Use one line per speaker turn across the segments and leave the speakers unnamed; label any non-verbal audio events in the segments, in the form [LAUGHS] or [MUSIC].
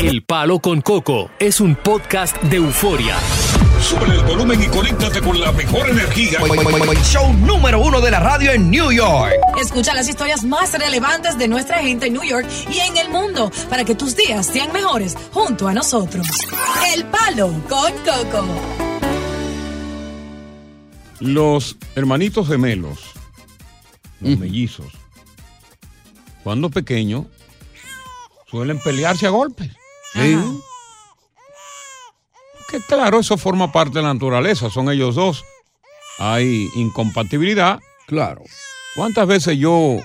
El Palo con Coco es un podcast de euforia.
Sube el volumen y conéctate con la mejor energía.
Show número uno de la radio en New York.
Escucha las historias más relevantes de nuestra gente en New York y en el mundo para que tus días sean mejores junto a nosotros. El Palo con Coco.
Los hermanitos gemelos, los mellizos, cuando pequeños, suelen pelearse a golpes. Que claro, eso forma parte de la naturaleza, son ellos dos. Hay incompatibilidad.
Claro.
¿Cuántas veces yo,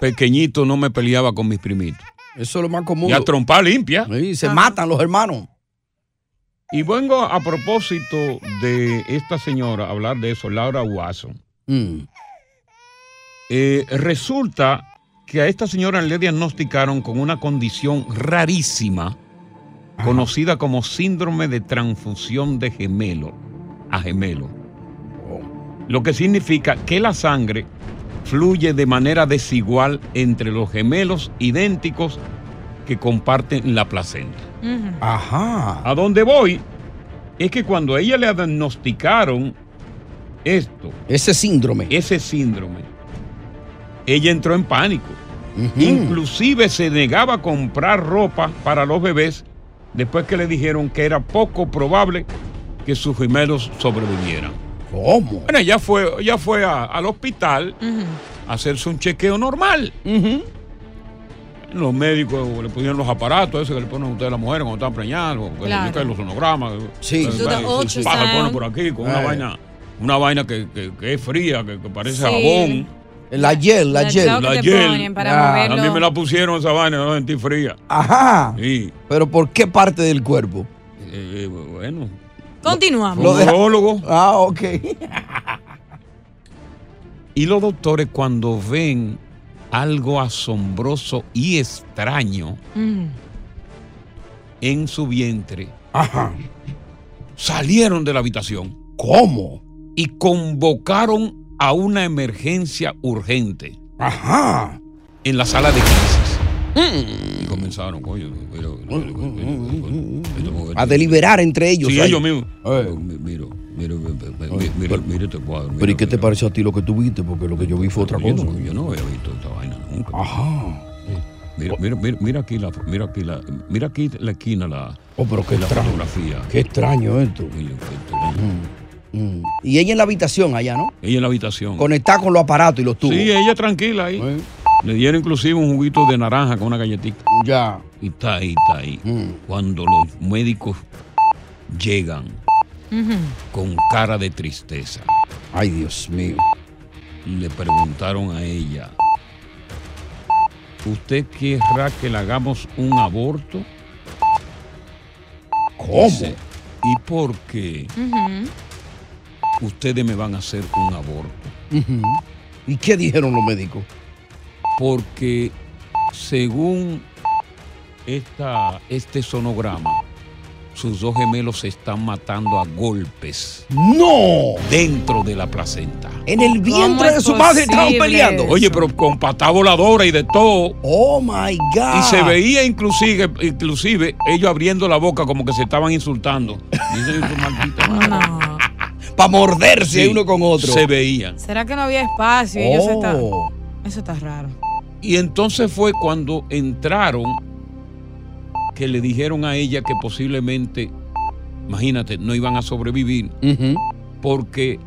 pequeñito, no me peleaba con mis primitos?
Eso es lo más común.
Y a trompa limpia.
Sí, se matan los hermanos.
Y vengo a propósito de esta señora, a hablar de eso, Laura Watson.
Mm.
Eh, resulta que a esta señora le diagnosticaron con una condición rarísima, conocida como síndrome de transfusión de gemelo a gemelo.
Oh.
Lo que significa que la sangre fluye de manera desigual entre los gemelos idénticos que comparten la placenta.
Ah, Ajá.
A donde voy es que cuando a ella le diagnosticaron esto.
Ese síndrome.
Ese síndrome. Ella entró en pánico. Inclusive se negaba a comprar ropa para los bebés después que le dijeron que era poco probable que sus gemelos sobrevivieran. Oh.
¿Cómo?
Bueno, ella fue, ella fue a- al hospital a hacerse un chequeo normal. Los médicos le pusieron los aparatos, esos que le ponen a ustedes a las mujeres cuando están preñadas, o que
Claro.
le buscan los sonogramas.
Sí.
Eh,
Do the
eh,
ultrasound.
pasa, pone por aquí con una
Eh.
vaina, una vaina que, que- que es fría, que, que parece
Sí.
jabón.
La gel, la
La
gel. Ah,
gel que te ponen para moverlo.
A mí me la pusieron esa vaina, la sentí fría.
Ajá.
Sí.
Pero ¿por qué parte del cuerpo?
Eh, eh, bueno,
Continuamos.
Los urólogos.
Ah, ok.
Y los doctores cuando ven algo asombroso y extraño
Mm.
en su vientre, salieron de la habitación.
¿Cómo?
Y convocaron a una emergencia urgente. Ajá. En la sala de crisis. Y comenzaron, coño. pero-
A deliberar entre ellos.
Sí,
ahí.
ellos mismos.
Eh.
Mira, mira, mira, mira, mira este cuadro.
Pero ¿y qué te parece a ti lo que tú viste? Porque lo que yo vi fue otra
Yo
cosa.
no, yo no había visto esta vaina nunca. Mira, mira, mira, mira aquí la, mira aquí la, mira aquí la esquina la,
Oh, pero qué
la
extraño.
fotografía.
Qué extraño ¿eh? esto. Mm. Y ella en la habitación allá, ¿no?
Ella en la habitación.
Conectada con los aparatos y los tubos.
Sí, ella tranquila ahí. Le dieron inclusive un juguito de naranja con una galletita.
Ya. Mm.
Y está ahí, está ahí. Cuando los médicos llegan con cara de tristeza.
Ay, Dios mío.
Le preguntaron a ella, ¿usted querrá que le hagamos un aborto?
¿Cómo?
Dice, ¿Y por qué ustedes me van a hacer un aborto?
Ujú. ¿Y qué dijeron los médicos?
Porque según esta, este sonograma, sus dos gemelos se están matando a golpes.
¡No!
Dentro de la placenta.
En el vientre de su madre estaban peleando.
Oye, pero con patada voladora y de todo.
Oh my God.
Y se veía inclusive, inclusive ellos abriendo la boca como que se estaban insultando.
Para morderse uno con otro.
Se veían.
¿Será que no había espacio? Ellos está... Eso está raro.
Y entonces fue cuando entraron que le dijeron a ella que posiblemente, imagínate, no iban a sobrevivir porque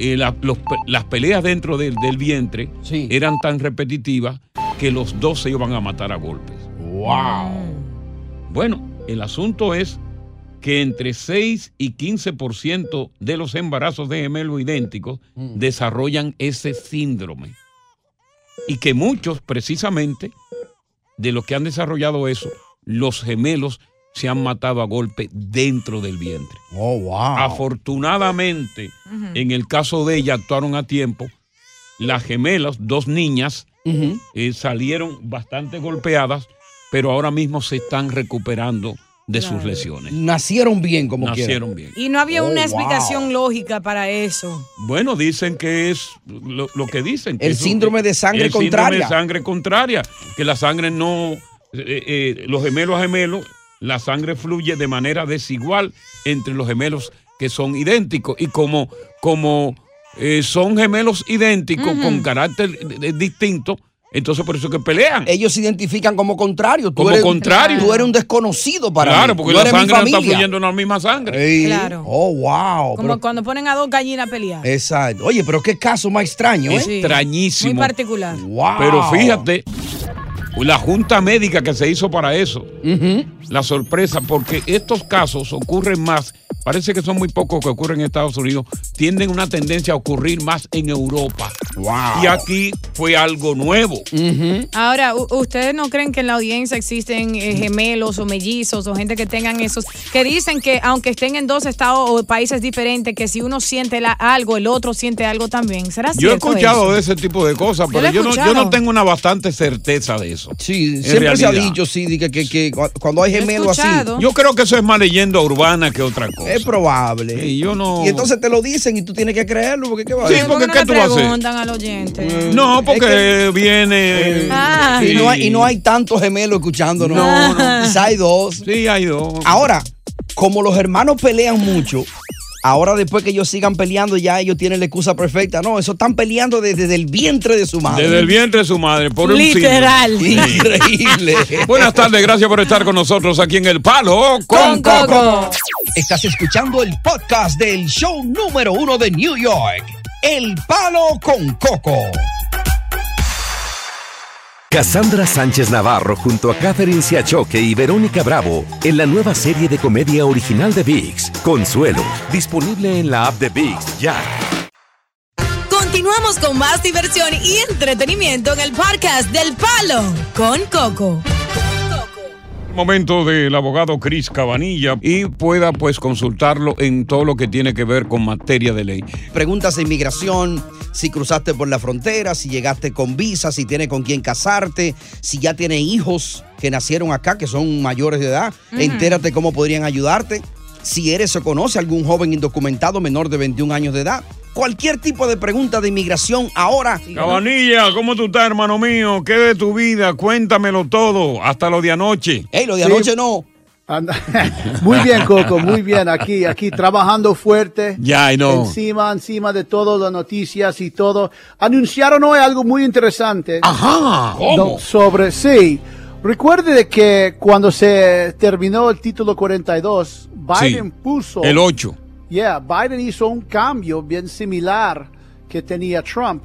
eh, la- los pe- las peleas dentro del, del vientre eran tan repetitivas que los dos se iban a matar a golpes. Mm.
¡Wow!
Bueno, el asunto es que entre 6 y 15% de los embarazos de gemelos idénticos desarrollan ese síndrome. Y que muchos, precisamente, de los que han desarrollado eso, los gemelos se han matado a golpe dentro del vientre.
Oh,
Afortunadamente,
Ujú.
en el caso de ella, actuaron a tiempo. Las gemelas, dos niñas, eh, salieron bastante golpeadas, pero ahora mismo se están recuperando de sus lesiones.
Nacieron bien, como
Nacieron bien.
Y no había
Oh,
una
wow.
explicación lógica para eso.
Bueno, dicen que es lo, lo que dicen. que
El
es un-
síndrome de sangre
el síndrome de
contraria.
sangre contraria. Que la sangre no. eh, eh, los gemelos a gemelos, la sangre fluye de manera desigual entre los gemelos que son idénticos. Y como, como eh, son gemelos idénticos
Ujú.
con carácter eh, distinto, entonces por eso que pelean.
Ellos se identifican como contrario. Tú
Como
eres-
contrario.
Tú eres un desconocido para
claro,
mí.
porque
Tú
la
eres mi
sangre no está
familia.
fluyendo en la misma sangre.
Ey.
Claro.
Oh, wow.
Como
pero-
cuando ponen a dos gallinas a pelear.
exacto. Oye, pero qué caso más extraño, ¿eh?
Sí. Muy particular.
Wow.
Pero fíjate, la junta médica que se hizo para eso, la sorpresa, porque estos casos ocurren más, parece que son muy pocos que ocurren en Estados Unidos, tienden una tendencia a ocurrir más en Europa. Y aquí fue algo nuevo.
Ahora, u- ¿ustedes no creen que en la audiencia existen eh, gemelos o mellizos o gente que tengan esos? Que dicen que aunque estén en dos estados o países diferentes, que si uno siente la- algo, el otro siente algo también. ¿Será
Yo he
cierto
escuchado
eso?
de ese tipo de cosas,
Yo lo
pero
he
yo no, yo
escuchado.
no tengo una bastante certeza de eso.
Sí, siempre se ha dicho, sí, de que, que- que cu- cuando hay gemelos así.
Yo creo que eso es más leyenda urbana que otra cosa.
Es probable.
Y yo no.
Y entonces te lo dicen y tú tienes que creerlo, porque qué va a
Sí,
hacer?
porque
No
¿qué
le
tú vas a hacer?
preguntan al oyente.
No, porque
que- [LAUGHS]
viene. eh,
Ah.
Y, no hay, y no hay tantos gemelos escuchándonos. No, Quizá hay dos.
Sí, hay dos.
Ahora, como los hermanos pelean mucho, ahora después que ellos sigan peleando, ya ellos tienen la excusa perfecta. No, eso están peleando desde, desde el vientre de su madre.
Desde el vientre de su madre, por
Literal.
un síndrome. Sí.
Increíble.
[LAUGHS] Buenas tardes, gracias por estar con nosotros aquí en El Palo
Con
con,
Coco.
Coco.
Estás escuchando el podcast del show número uno de New York, El Palo con Coco.
Cassandra Sánchez Navarro junto a Catherine Siachoque y Verónica Bravo en la nueva serie de comedia original de VIX, Consuelo, disponible en la app de VIX ya.
Continuamos con más diversión y entretenimiento en el podcast del Palo con Coco.
Momento del abogado Cris Cabanilla y pueda pues consultarlo en todo lo que tiene que ver con materia de ley.
Preguntas de inmigración, si cruzaste por la frontera, si llegaste con visa, si tienes con quién casarte, si ya tienes hijos que nacieron acá, que son mayores de edad.
Ujú.
Entérate cómo podrían ayudarte. Si eres o conoce algún joven indocumentado menor de 21 años de edad. Cualquier tipo de pregunta de inmigración ahora.
Cabanilla, ¿cómo tú estás, hermano mío? ¿Qué de tu vida? Cuéntamelo todo, hasta lo de anoche.
Ey, lo de
Sí. anoche
no. [LAUGHS]
[LAUGHS] Muy bien, Coco, muy bien. Aquí, aquí, trabajando fuerte.
Ya, I know.
Encima, encima de todo, las noticias y todo. Anunciaron hoy algo muy interesante.
Ajá, ¿cómo?
No, sobre, sí. Recuerde de que cuando se terminó el título 42, Biden
Sí,
puso...
El 8.
Yeah, Biden hizo un cambio bien similar que tenía Trump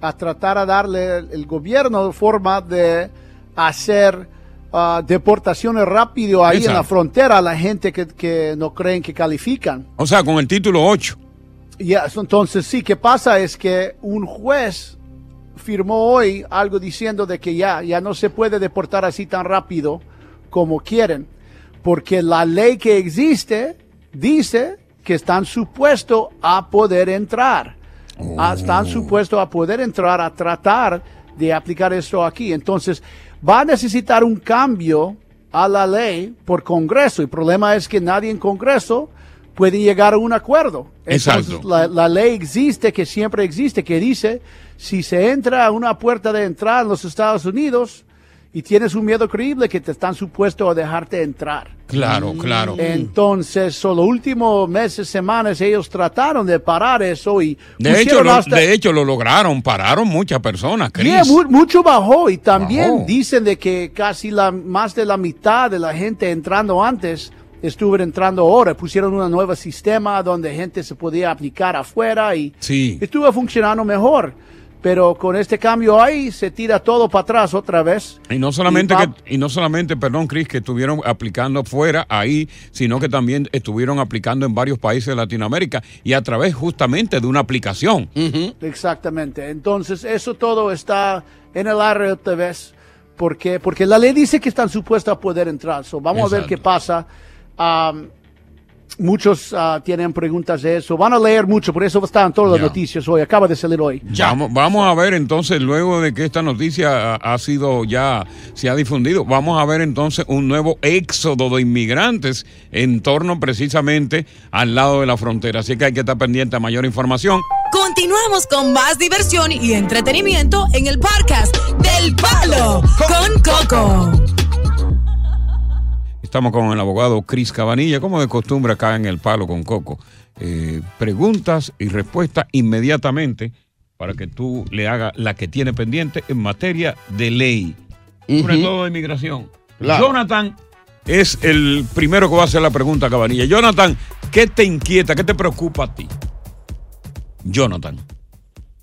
a tratar a darle el, el gobierno forma de hacer ah, deportaciones rápido ahí en la
Exacto.
frontera a la gente que, que no creen que califican.
O sea, con el título 8.
Ya, so- entonces sí, ¿qué pasa? Es que un juez firmó hoy algo diciendo de que ya, ya no se puede deportar así tan rápido como quieren, porque la ley que existe dice que están supuestos a poder entrar, Ah, están supuestos a poder entrar a tratar de aplicar eso aquí. Entonces va a necesitar un cambio a la ley por Congreso. El problema es que nadie en Congreso puede llegar a un acuerdo. Entonces,
Exacto.
La, la ley existe, que siempre existe, que dice, si se entra a una puerta de entrada en los Estados Unidos y tienes un miedo creíble que te están supuestos a dejarte entrar. Mm.
Claro, claro.
Entonces, solo los últimos meses, semanas, ellos trataron de parar eso y
De hecho,
pusieron
lo,
hasta-
de hecho, lo lograron, pararon muchas personas, Chris.
Bien, mu- mucho bajó y también
Bajó.
dicen de que casi la más de la mitad de la gente entrando antes estuvo entrando ahora. Pusieron un nuevo sistema donde gente se podía aplicar afuera y
Sí.
estuvo funcionando mejor. Pero con este cambio ahí se tira todo para atrás otra vez.
Y no solamente
Y va-
que, y no solamente, perdón, Chris, que estuvieron aplicando fuera ahí, sino que también estuvieron aplicando en varios países de Latinoamérica y a través justamente de una aplicación.
Exactamente. Entonces, eso todo está en el aire otra vez. ¿Por qué? Porque la ley dice que están supuestos a poder entrar. So, vamos a ver
Exacto.
qué pasa. Am, muchos ah, tienen preguntas de eso. Van a leer mucho, por eso están todas las noticias hoy. Acaba de salir hoy.
Vamos, vamos a ver entonces, luego de que esta noticia ha, ha sido ya, se ha difundido, vamos a ver entonces un nuevo éxodo de inmigrantes en torno precisamente al lado de la frontera. Así que hay que estar pendiente a mayor información.
Continuamos con más diversión y entretenimiento en el podcast del Palo con Coco.
Estamos con el abogado Cris Cabanilla, como de costumbre acá en El Palo con Coco. Eh, preguntas y respuestas inmediatamente para que tú le hagas la que tiene pendiente en materia de ley, sobre todo de inmigración. Jonathan es el primero que va a hacer la pregunta, Cabanilla. Jonathan, ¿qué te inquieta, qué te preocupa a ti? Jonathan.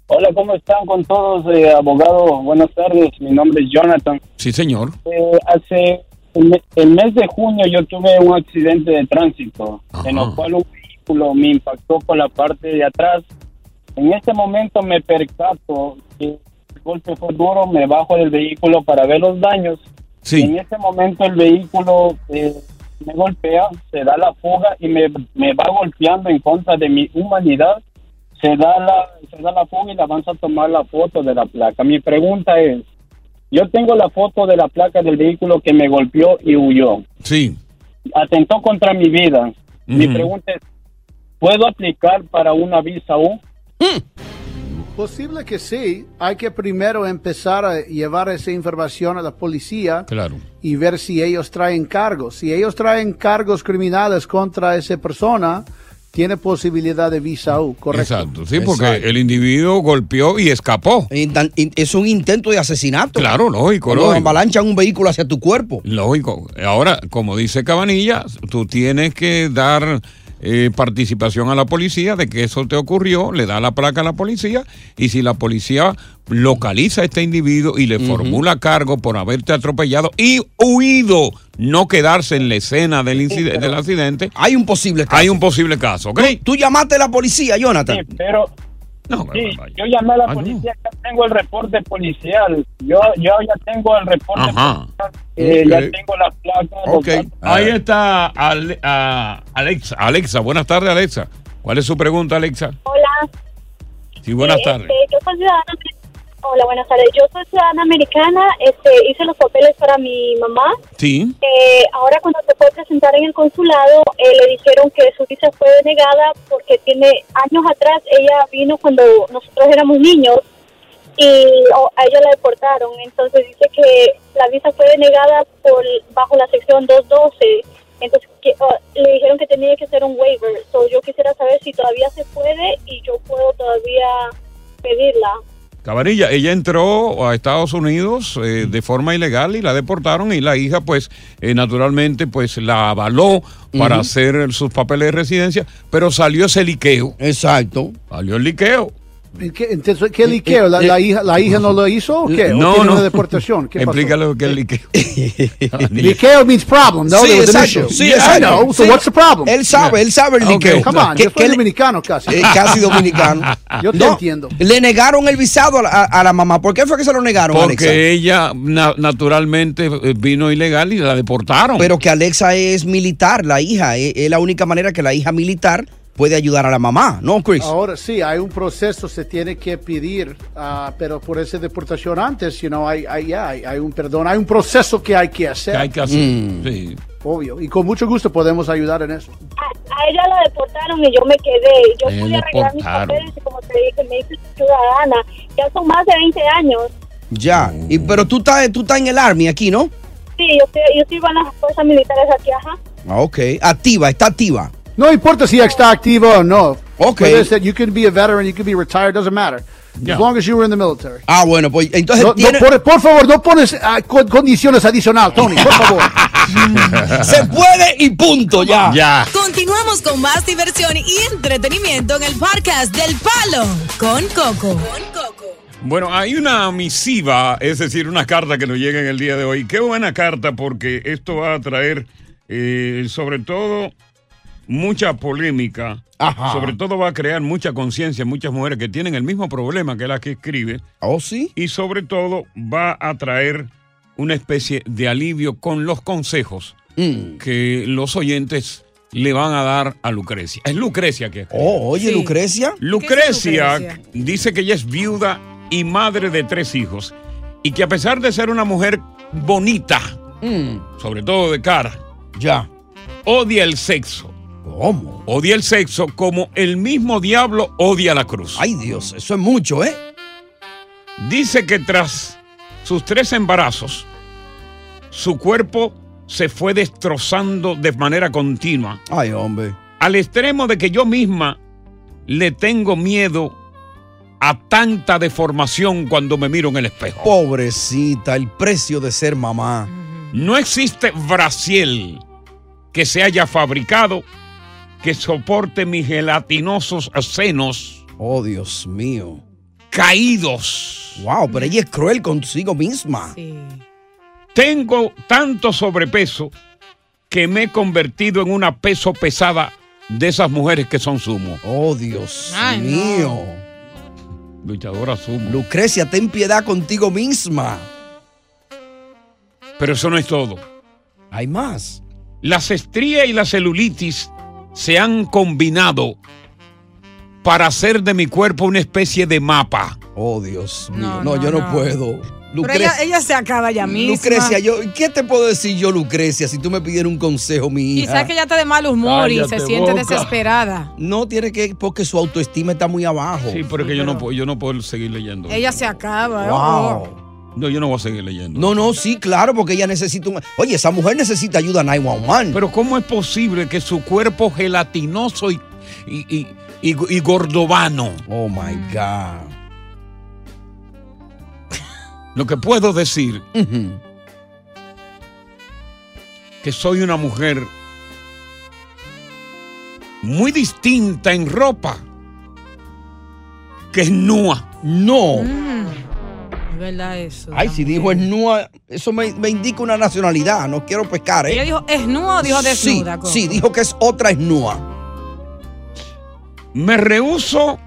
Hola, ¿cómo están con todos, eh, abogado? Buenas tardes, mi nombre es Jonathan.
Sí, señor.
Eh, hace el, me- el mes de junio yo tuve un accidente de tránsito en el cual un vehículo me impactó por la parte de atrás. En este momento me percato que el golpe fue duro, me bajo del vehículo para ver los daños.
Sí.
En este momento el vehículo eh, me golpea, se da la fuga y me, me va golpeando en contra de mi humanidad. Se da, la, se da la fuga y le avanza a tomar la foto de la placa. Mi pregunta es, yo tengo la foto de la placa del vehículo que me golpeó y huyó.
Sí.
Atentó contra mi vida. Mi
Ujú.
pregunta es, ¿puedo aplicar para una visa U?
Posible que sí. Hay que primero empezar a llevar esa información a la policía.
Claro.
y ver si ellos traen cargos. Si ellos traen cargos criminales contra esa persona, tiene posibilidad de visa U, correcto.
Exacto, sí, porque el individuo golpeó y escapó.
Es un intento de asesinato.
Claro, lógico,
Cuando
lógico.
avalanchan un vehículo hacia tu cuerpo.
Lógico. Ahora, como dice Cabanilla, tú tienes que dar eh, participación a la policía de que eso te ocurrió, le da la placa a la policía y si la policía localiza a este individuo y le formula cargo por haberte atropellado y huido, no quedarse en la escena del, incide- del accidente.
Hay un posible
caso. Hay un posible caso, ¿ok?
Tú llamaste a la policía, Jonathan.
Pero sí, yo llamé a
Ah,
la policía, ya tengo el reporte policial. Yo, yo ya tengo el reporte,
Ajá.
eh, ya
Ok.
tengo la placa. los
Ok, ahí está Ale- a- Alexa. Alexa, buenas tardes, Alexa. ¿Cuál es su pregunta, Alexa?
Hola.
Sí, buenas
eh,
tardes.
este, yo soy ciudadana. Hola, buenas tardes. Yo soy ciudadana americana. Este, hice los papeles para mi mamá.
Sí.
Eh, ahora cuando se fue a presentar en el consulado, eh, le dijeron que su visa fue denegada porque tiene años atrás ella vino cuando nosotros éramos niños y o- a ella la deportaron. Entonces dice que la visa fue denegada por bajo la sección 212. Entonces que, oh, le dijeron que tenía que hacer un waiver. So, yo quisiera saber si todavía se puede y yo puedo todavía pedirla.
Cabanilla, ella entró a Estados Unidos eh, de forma ilegal y la deportaron y la hija pues eh, naturalmente pues la avaló para
Ujú.
hacer sus papeles de residencia, pero salió ese liqueo.
Exacto.
Salió el liqueo.
¿Y ¿Qué, entonces, ¿qué liqueo? ¿La,
eh,
la hija, ¿La hija no lo hizo o qué? ¿O
No,
tiene
no.
una
[LAUGHS]
deportación? ¿Qué pasó?
Explícale lo que es
[LAUGHS]
liqueo.
Liqueo means problem, no?
Sí,
There was an
exacto.
issue.
Sí,
Yeah, I
exacto.
know. So
Sí.
what's the problem?
Él sabe, él sabe el
Okay.
liqueo.
Come on,
¿Qué-
yo soy
qué le-
dominicano casi.
Eh, casi dominicano.
[LAUGHS] Yo te
No,
entiendo.
Le negaron el visado a la, a- a la mamá. ¿Por qué fue que se lo negaron,
Porque
Alexa?
ella na- naturalmente eh, vino ilegal y la deportaron.
eh, Pero que Alexa es militar, la hija. Es, es la única manera que la hija militar puede ayudar a la mamá, ¿no, Chris?
Ahora sí, hay un proceso, se tiene que pedir, ah, pero por esa deportación antes, you know, hay, hay, ya, hay, hay un perdón, hay un proceso que hay que hacer.
Que hay que hacer.
Mm.
Sí.
Obvio, y con mucho gusto podemos ayudar en eso.
A ella la deportaron y yo me quedé. Yo
Ella
fui a arreglar mis
deportaron.
papeles y como te dije, me hice ciudadana. Ya son más de 20 años.
Ya, y,
Oh.
pero tú estás eh, tú estás en el Army aquí, ¿no?
Sí, yo, estoy- yo sirvo en las fuerzas militares aquí, ajá.
Ah, Ok, activa, está activa.
No importa si está activo o no.
Ok.
Puede ser, you can be a veteran, you can be retired, doesn't matter. As long as you were in the military.
Ah, bueno, pues entonces
No- no,
tiene-
por, por favor, no pones ah, con- condiciones adicionales, Tony,
[LAUGHS]
por favor.
[LAUGHS] se puede y punto, ya.
Ya.
Continuamos con más diversión y entretenimiento en el podcast del Palo con Coco.
Bueno, hay una misiva, es decir, una carta que nos llega en el día de hoy. Qué buena carta porque esto va a traer, eh, sobre todo, mucha polémica.
Ajá.
Sobre todo va a crear mucha conciencia en muchas mujeres que tienen el mismo problema que la que escribe.
Oh, sí.
Y sobre todo va a traer una especie de alivio con los consejos
Mm.
que los oyentes le van a dar a Lucrecia. Es Lucrecia que
Oh, oye, Lucrecia.
Lucrecia, dice que ella es viuda y madre de tres hijos y que a pesar de ser una mujer bonita, sobre todo de cara,
ya
odia el sexo.
¿Cómo?
Odia el sexo como el mismo diablo odia la cruz.
Ay Dios, eso es mucho, ¿eh?
Dice que tras sus tres embarazos, su cuerpo se fue destrozando de manera continua.
Ay, hombre.
Al extremo de que yo misma le tengo miedo a tanta deformación cuando me miro en el espejo.
Pobrecita, el precio de ser mamá.
No existe Brasil que se haya fabricado que soporte mis gelatinosos senos.
Oh, Dios mío.
Caídos.
Wow, pero ella es cruel consigo misma.
Tengo tanto sobrepeso que me he convertido en una peso pesada de esas mujeres que son sumo.
Oh, Dios mío.
Luchadora sumo.
Lucrecia, ten piedad contigo misma.
Pero eso no es todo.
Hay más.
La cestría y la celulitis se han combinado para hacer de mi cuerpo una especie de mapa.
Oh, Dios mío. No, yo no, puedo.
Pero ella,
Lucrecia,
ella se acaba ya misma.
Lucrecia, yo, ¿qué te puedo decir yo, Lucrecia, si tú me pidieras un consejo, mi hija?
Quizás que ella está de mal humor y se
Cállate,
siente
boca.
desesperada.
No tiene que, porque su autoestima está muy abajo.
Sí, pero es que yo no puedo, yo no puedo seguir leyendo.
Ella se acaba. ¿eh? Oh.
Wow.
No, yo no voy a seguir leyendo.
No, no, sí, claro, porque ella necesita un... Oye, esa mujer necesita ayuda 911.
Pero ¿cómo es posible que su cuerpo gelatinoso y, y, y- y- y gordobano?
Oh my God.
[LAUGHS] Lo que puedo decir que soy una mujer muy distinta en ropa que es nua.
Mm.
No.
Es verdad eso.
Oh. Ay, si dijo es nua, eso me, me indica una nacionalidad. No quiero pescar, ¿eh?
¿Ella dijo esnúa o dijo
sí,
desnuda? Coco?
sí, dijo que es otra esnúa.
Me rehuso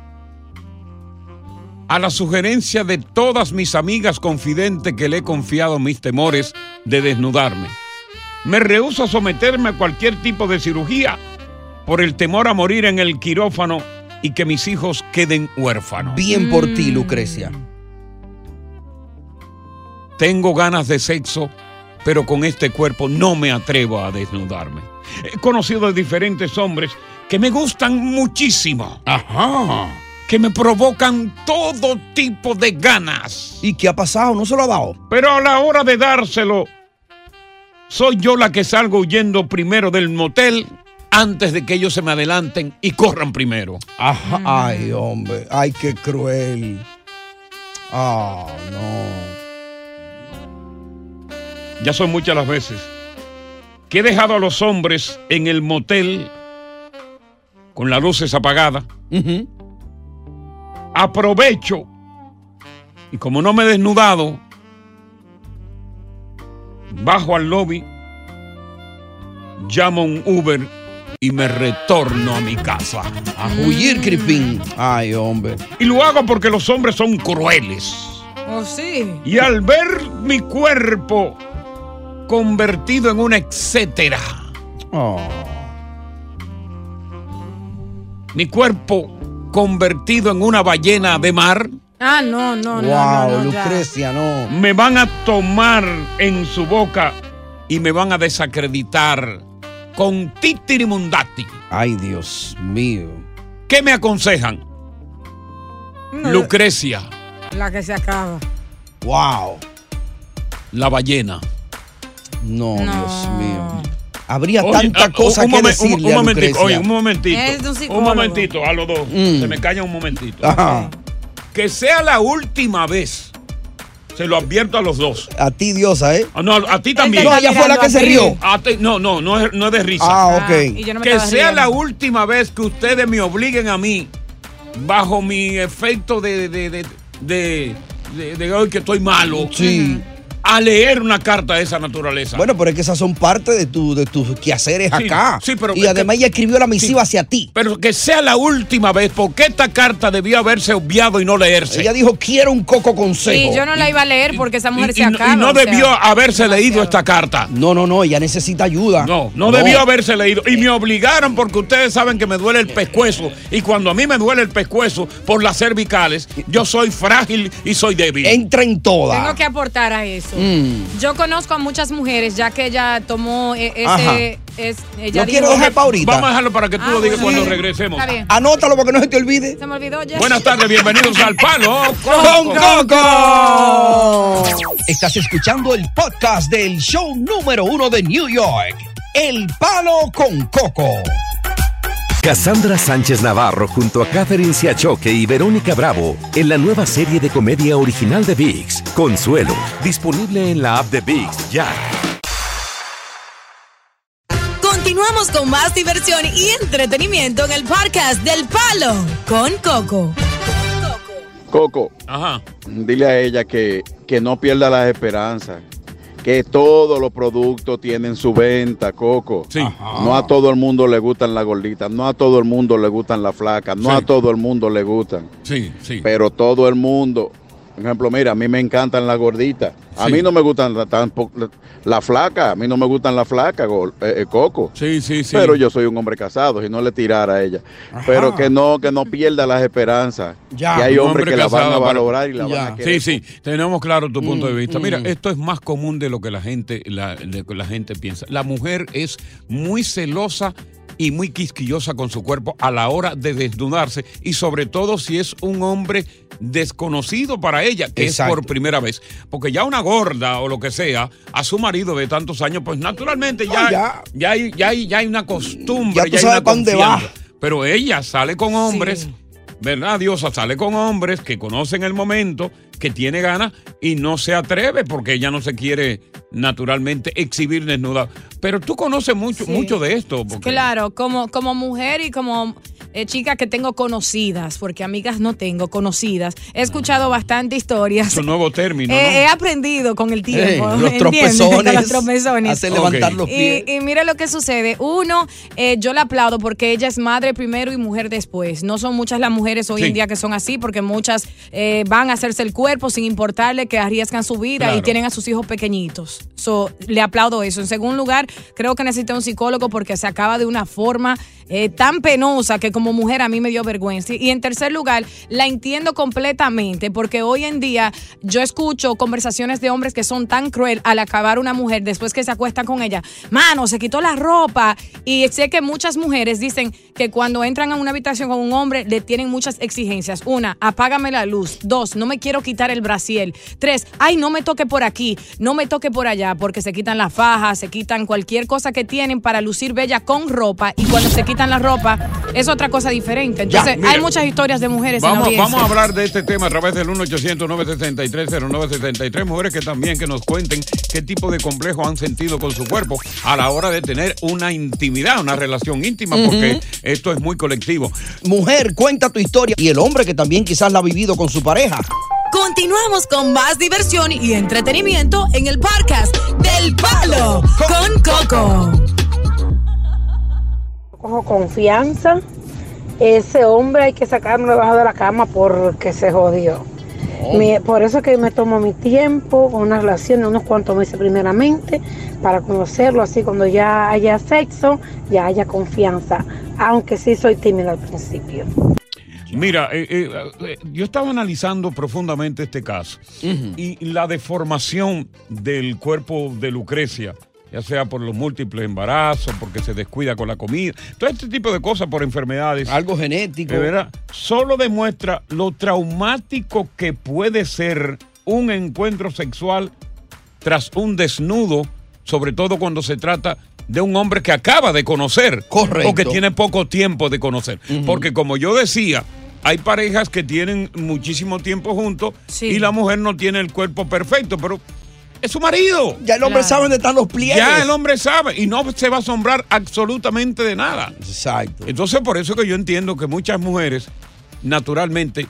a la sugerencia de todas mis amigas confidentes que le he confiado mis temores de desnudarme. Me rehuso a someterme a cualquier tipo de cirugía por el temor a morir en el quirófano y que mis hijos queden huérfanos.
Bien por ti, Lucrecia.
Tengo ganas de sexo, pero con este cuerpo no me atrevo a desnudarme. He conocido a diferentes hombres que me gustan muchísimo.
Ajá.
Que me provocan todo tipo de ganas.
¿Y qué ha pasado? ¿No se lo ha dado?
Pero a la hora de dárselo, soy yo la que salgo huyendo primero del motel antes de que ellos se me adelanten y corran primero.
Ajá. Ay, hombre. Ay, qué cruel. Ah, no.
Ya son muchas las veces que he dejado a los hombres en el motel con las luces apagadas. Aprovecho y como no me he desnudado, bajo al lobby, llamo un Uber y me retorno a mi casa.
A huir, Crispín. Mm. Ay, hombre.
Y lo hago porque los hombres son crueles.
Oh, sí.
Y al ver mi cuerpo convertido en una etcétera,
Oh.
mi cuerpo convertido en una ballena de mar.
Ah, no, no, no.
Wow,
no, no, ya.
Lucrecia, no.
Me van a tomar en su boca y me van a desacreditar con titirimundati.
Ay, Dios mío.
¿Qué me aconsejan?
No,
Lucrecia,
La que se acaba.
Wow.
la ballena.
No, Oh, Dios mío. Habría
Oye,
tanta
ah,
cosa
un
que
momen-
decirle
un, un
a
momentico,
Lucrecia.
oye, un momentito.
Es de un
un
psicólogo.
momentito a los dos.
Mm.
Se me calla un momentito.
Ajá.
Que sea la última vez. Se lo advierto a los dos.
A ti, diosa, ¿eh?
Ah, No, a ti también.
No, ella fue la que se rió.
A ti- no, no, no es, no es de risa.
Ah, ok. Ah, y
yo no me
que
estaba
sea
riendo.
la última vez que ustedes me obliguen a mí, bajo mi efecto de, de, de, de, de- de hoy que estoy malo,
Sí.
a leer una carta de esa naturaleza.
Bueno, pero es que esas son parte de, tu, de tus quehaceres
Sí,
acá.
sí, pero
y
que-
además ella escribió la misiva hacia ti.
Pero que sea la última vez, porque esta carta debió haberse obviado y no leerse.
Ella dijo, quiero un coco
Sí,
consejo.
yo no la iba a leer porque esa mujer
y,
se
y no- y
acaba.
no
o sea.
debió haberse leído esta carta.
No, no, no, ella necesita ayuda.
No, no, debió haberse leído. Y me obligaron porque ustedes saben que me duele el pescuezo. Y cuando a mí me duele el pescuezo por las cervicales, yo soy frágil y soy débil.
Entra en
Tengo
toda.
que aportar a eso.
Mm.
Yo conozco a muchas mujeres, ya que ella tomó e-
Ajá.
ese. Es, ella
Lo quiero
dijo-
dejar para ahorita.
Vamos a dejarlo para que tú
Ah,
lo digas
bueno.
cuando regresemos.
Está bien.
Anótalo para que no se te olvide.
Se me olvidó ya.
Buenas tardes, bienvenidos al Palo
¡Con
Coco.
Coco! Estás escuchando el podcast del show número uno de New York. El Palo con Coco.
Cassandra Sánchez Navarro junto a Catherine Siachoque y Verónica Bravo en la nueva serie de comedia original de VIX, Consuelo, disponible en la app de VIX ya.
Continuamos con más diversión y entretenimiento en el podcast del Palo con Coco.
Coco,
Ajá.
dile a ella que, que no pierda las esperanzas, que todos los productos tienen su venta, Coco.
Sí.
No a todo el mundo le gustan las gorditas, no a todo el mundo le gustan las flacas, no
Sí.
a todo el mundo le gustan,
Sí, sí.
pero todo el mundo... Por ejemplo, mira, a mí me encantan las gorditas. A
Sí.
mí no me gustan la- tampoco la- las flacas. A mí no me gustan las flacas, gol- eh, eh, Coco.
Sí, sí, sí.
Pero yo soy un hombre casado, si no le tirara a ella. Pero que no, que no pierda las esperanzas.
Ya.
que hay
Un
hombres
hombre
que la van a
casado, para-
valorar y la van
Ya.
Sí,
a querer.
sí, tenemos claro tu punto de vista. Mira,
mm.
esto es más común de lo que la gente, la, de lo que la gente piensa. La mujer es muy celosa y muy quisquillosa con su cuerpo a la hora de desnudarse y sobre todo si es un hombre desconocido para ella, que
Exacto.
es por primera vez. Porque ya una gorda o lo que sea, a su marido de tantos años, pues naturalmente ya,
No, ya.
ya. hay, ya, hay, ya hay una costumbre,
Ya
ya,
tú
hay
sabes
una
pa' dónde va.
confianza. Pero ella sale con hombres. ¿verdad? Diosa sale con hombres que conocen el momento, que tiene ganas y no se atreve porque ella no se quiere naturalmente exhibir desnuda. Pero tú conoces mucho,
Sí.
mucho de esto. porque-
Claro, como, como mujer y como eh, chica que tengo conocidas, porque amigas no tengo, conocidas. He escuchado bastante historias.
Es un nuevo término, ¿no?
Eh, He aprendido con el tiempo.
Eh, los
¿entiendes?
tropezones.
Con los tropezones.
Hace levantar
Ok.
los pies.
Y, y mira lo que sucede. Uno, eh, yo la aplaudo porque ella es madre primero y mujer después. No son muchas las mujeres hoy
Sí.
en día que son así, porque muchas eh, van a hacerse el cuerpo sin importarle que arriesgan su vida y
Claro.
tienen a sus hijos pequeñitos. So, le aplaudo eso. En segundo lugar, creo que necesita un psicólogo porque se acaba de una forma eh, tan penosa que como mujer a mí me dio vergüenza. Y en tercer lugar, la entiendo completamente porque hoy en día yo escucho conversaciones de hombres que son tan cruel al acabar una mujer después que se acuestan con ella. Mano, se quitó la ropa. Y sé que muchas mujeres dicen que cuando entran a una habitación con un hombre le tienen muchas exigencias. Una, apágame la luz. Dos, no me quiero quitar el brasiel. Tres, ay, no me toque por aquí, no me toque por allá, porque se quitan las fajas, se quitan cualquier cosa que tienen para lucir bella con ropa. Y cuando se quitan la ropa es otra cosa diferente. Entonces,
mira.
hay muchas historias de mujeres
Vamos,
en la
vamos a
audiencia.
hablar de este tema a través del 1-800-963-0963. Mujeres que también que nos cuenten qué tipo de complejo han sentido con su cuerpo a la hora de tener una intimidad, una relación íntima, porque esto es muy colectivo.
Mujer, cuenta tu historia. Y el hombre que también quizás la ha vivido con su pareja.
Continuamos con más diversión y entretenimiento en el podcast del Palo con Coco.
cojo confianza. Ese hombre hay que sacármelo debajo de la cama porque se jodió. Mi- por eso es que me tomo mi tiempo, una relación de unos cuantos meses primeramente, para conocerlo, así cuando ya haya sexo, ya haya confianza, aunque sí soy tímida al principio.
Mira, eh, eh, eh, yo estaba analizando profundamente este caso y la deformación del cuerpo de Lucrecia, ya sea por los múltiples embarazos, porque se descuida con la comida, todo este tipo de cosas por enfermedades.
Algo genético.
De verdad, solo demuestra lo traumático que puede ser un encuentro sexual tras un desnudo, sobre todo cuando se trata de un hombre que acaba de conocer o que tiene poco tiempo de conocer. Porque como yo decía, hay parejas que tienen muchísimo tiempo juntos y la mujer no tiene el cuerpo perfecto, pero es su marido.
Ya el hombre Claro. sabe dónde están los pliegues.
Ya el hombre sabe y no se va a asombrar absolutamente de nada.
Exacto.
Entonces por eso que yo entiendo que muchas mujeres naturalmente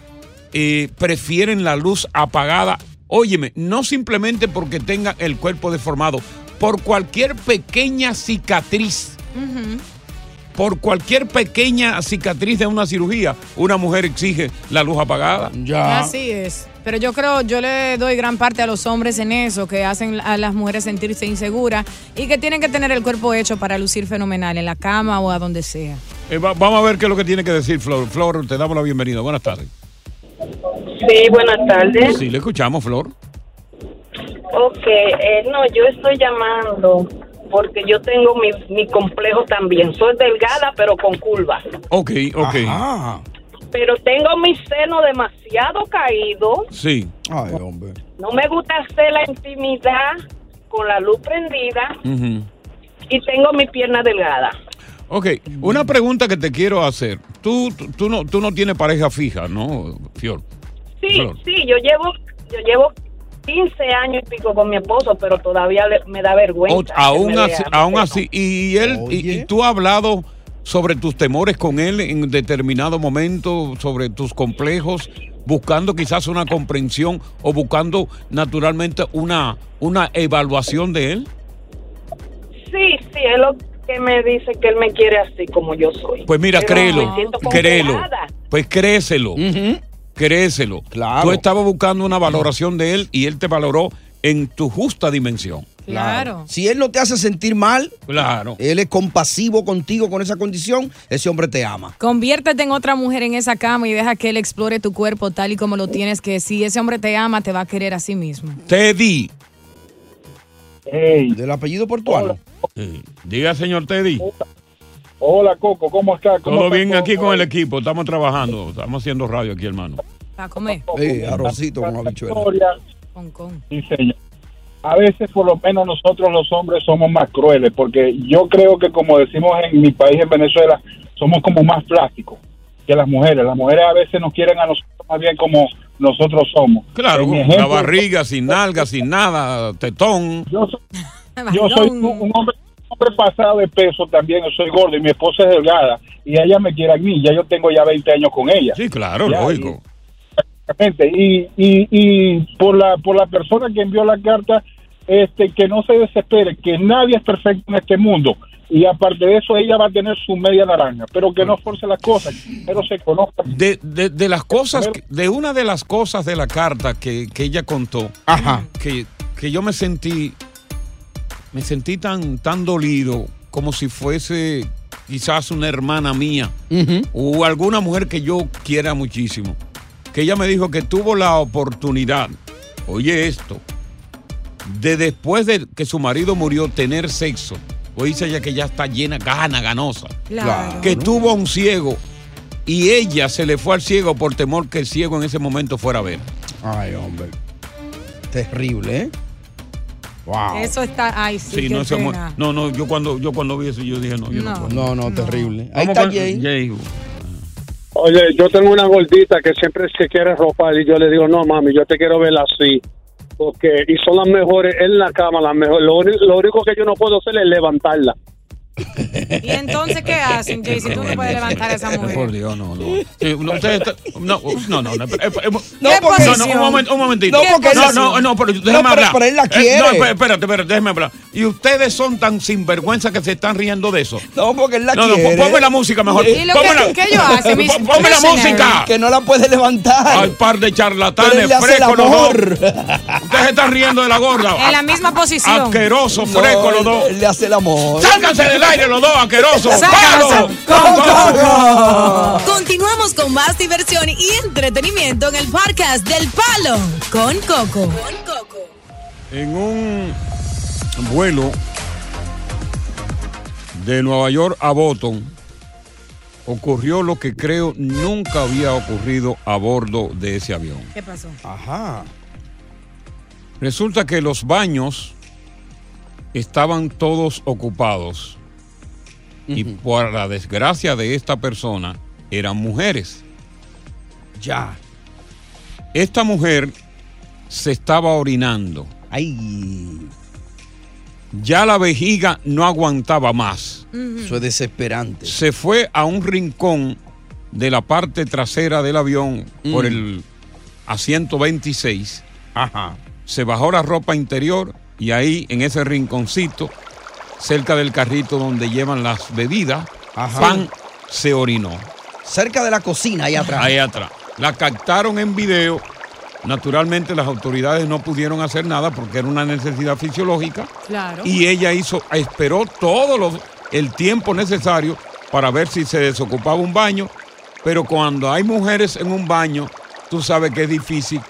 eh, prefieren la luz apagada. Óyeme, no simplemente porque tengan el cuerpo deformado, por cualquier pequeña cicatriz, por cualquier pequeña cicatriz de una cirugía, una mujer exige la luz apagada.
Así es. Pero yo creo, yo le doy gran parte a los hombres en eso, que hacen a las mujeres sentirse inseguras y que tienen que tener el cuerpo hecho para lucir fenomenal en la cama o a donde sea.
Eh, va- vamos a ver qué es lo que tiene que decir Flor. Flor, te damos la bienvenida. Buenas tardes.
Sí, buenas tardes.
Sí, le escuchamos, Flor.
Ok, eh, no, yo estoy llamando porque yo tengo mi, mi complejo también. Soy delgada, pero con curvas.
Ok, ok.
Pero tengo mi seno demasiado caído.
Sí.
Ay, hombre.
No me gusta hacer la intimidad con la luz prendida y tengo mi pierna delgada.
Ok, una pregunta que te quiero hacer. Tú, tú, tú no, tú no tienes pareja fija, ¿no, Fior?
Sí,
Claro.
sí, yo llevo, yo llevo 15 años y pico con mi esposo, pero todavía le- me da vergüenza. que
aún
me
así,
vea.
aún así. Y él, y, y tú has hablado sobre tus temores con él en determinado momento, sobre tus complejos, buscando quizás una comprensión o buscando naturalmente una, una evaluación de él.
Sí, sí, es lo que me dice que él me quiere así como yo soy.
Pues mira,
Pero
créelo,
me siento
créelo.
confiada.
Pues créeselo. Créeselo. Tú estabas buscando una valoración de él y él te valoró en tu justa dimensión.
Claro. Si él no te hace sentir mal,
claro.
él es compasivo contigo con esa condición, ese hombre te ama.
Conviértete en otra mujer en esa cama y deja que él explore tu cuerpo tal y como lo tienes, que si ese hombre te ama, te va a querer a sí mismo.
Teddy.
Del apellido portuano.
Diga, señor Teddy.
Hola, Coco, ¿cómo estás?
Todo bien aquí con el equipo. Estamos trabajando. Estamos haciendo radio aquí, hermano.
Para comer.
arrocito con
historia.
Con, con.
Sí, señor. A veces, por lo menos, nosotros los hombres somos más crueles, porque yo creo que, como decimos en mi país, en Venezuela, somos como más plásticos que las mujeres. Las mujeres a veces nos quieren a nosotros más bien como nosotros somos.
Claro,
En mi
con la
ejemplo,
barriga, sin nalga, sin nada, tetón.
Yo soy, Yo soy un, un hombre, un hombre pasado de peso también, yo soy gordo y mi esposa es delgada y ella me quiere a mí, ya yo tengo ya 20 años con ella.
Sí, claro,
Ya,
lógico.
Exactamente, y, y, y por la por la persona que envió la carta, este que no se desespere, que nadie es perfecto en este mundo. Y aparte de eso, ella va a tener su media naranja, pero que no force las cosas, pero se conozca.
De, de- de las cosas, que- de una de las cosas de la carta que, que ella contó, Que, que yo me sentí, me sentí tan, tan dolido como si fuese quizás una hermana mía o alguna mujer que yo quiera muchísimo, que ella me dijo que tuvo la oportunidad, oye esto, de después de que su marido murió tener sexo, o dice ella que ya está llena, gana, ganosa,
Claro.
que tuvo a un ciego y ella se le fue al ciego por temor que el ciego en ese momento fuera a ver.
Ay, hombre. Terrible, ¿eh?
Wow.
Eso está. Ay, sí.
Sí,
qué
no, esa mu-
pena.
no, no, yo cuando, yo cuando vi eso, yo dije, no, yo no,
No.
puedo.
No, no, terrible.
Ahí
está
Jay.
Oye, yo tengo una gordita que siempre se quiere ropar y yo le digo, no, mami, yo te quiero ver así. Porque, y son las mejores en la cama, las mejores. Lo, uni- lo único que yo no puedo hacer es levantarla.
¿Y entonces qué hacen, Jay? Si tú no puedes levantar a esa mujer.
Por Dios, no, no. Sí, no, usted está- no, no, no, no, eh, eh, no,
posición?
no, un, momento, un momentito.
No, porque
no,
ella-
no, no, pero déjeme
pero-
hablar.
pero él la
Eh,
quiere.
no, espé- espérate, espérate, déjeme hablar. Y ustedes son tan sinvergüenza que se están riendo de eso.
No, porque él la
no,
quiere.
No, ponme la música mejor.
¿Y lo que-
Ponme la-
qué ellos hacen, mis
Pon- Ponme la
missionary?
música.
Que no la puede levantar.
Hay par de
Pero él
charlatanes
le hace el
frescos los dos.
amor.
[LAUGHS] Ustedes se están riendo de la gorda.
En la misma posición.
Asqueroso, fresco los dos.
Él le hace el amor.
Sálganse del aire los dos,
[LAUGHS]
asquerosos.
Sácalos.
¡Págalo!
Continuamos con más diversión y entretenimiento en el podcast del Palo con Coco.
En un vuelo de Nueva York a Boston ocurrió lo que creo nunca había ocurrido a bordo de ese avión.
¿Qué pasó?
Ajá. Resulta que los baños estaban todos ocupados. Y por la desgracia de esta persona, eran mujeres. Ya. Esta mujer se estaba orinando. Ay. Ya la vejiga no aguantaba más.
Eso es desesperante.
Se fue a un rincón de la parte trasera del avión por
Mm.
el asiento 26. Ajá. Se bajó la ropa interior y ahí en ese rinconcito, cerca del carrito donde llevan las bebidas,
Ajá.
pan se orinó.
Cerca de la cocina, ahí atrás.
Ahí atrás. La captaron en video. Naturalmente las autoridades no pudieron hacer nada porque era una necesidad fisiológica.
Claro.
Y ella hizo, esperó todo lo- el tiempo necesario para ver si se desocupaba un baño. Pero cuando hay mujeres en un baño, tú sabes que es difícil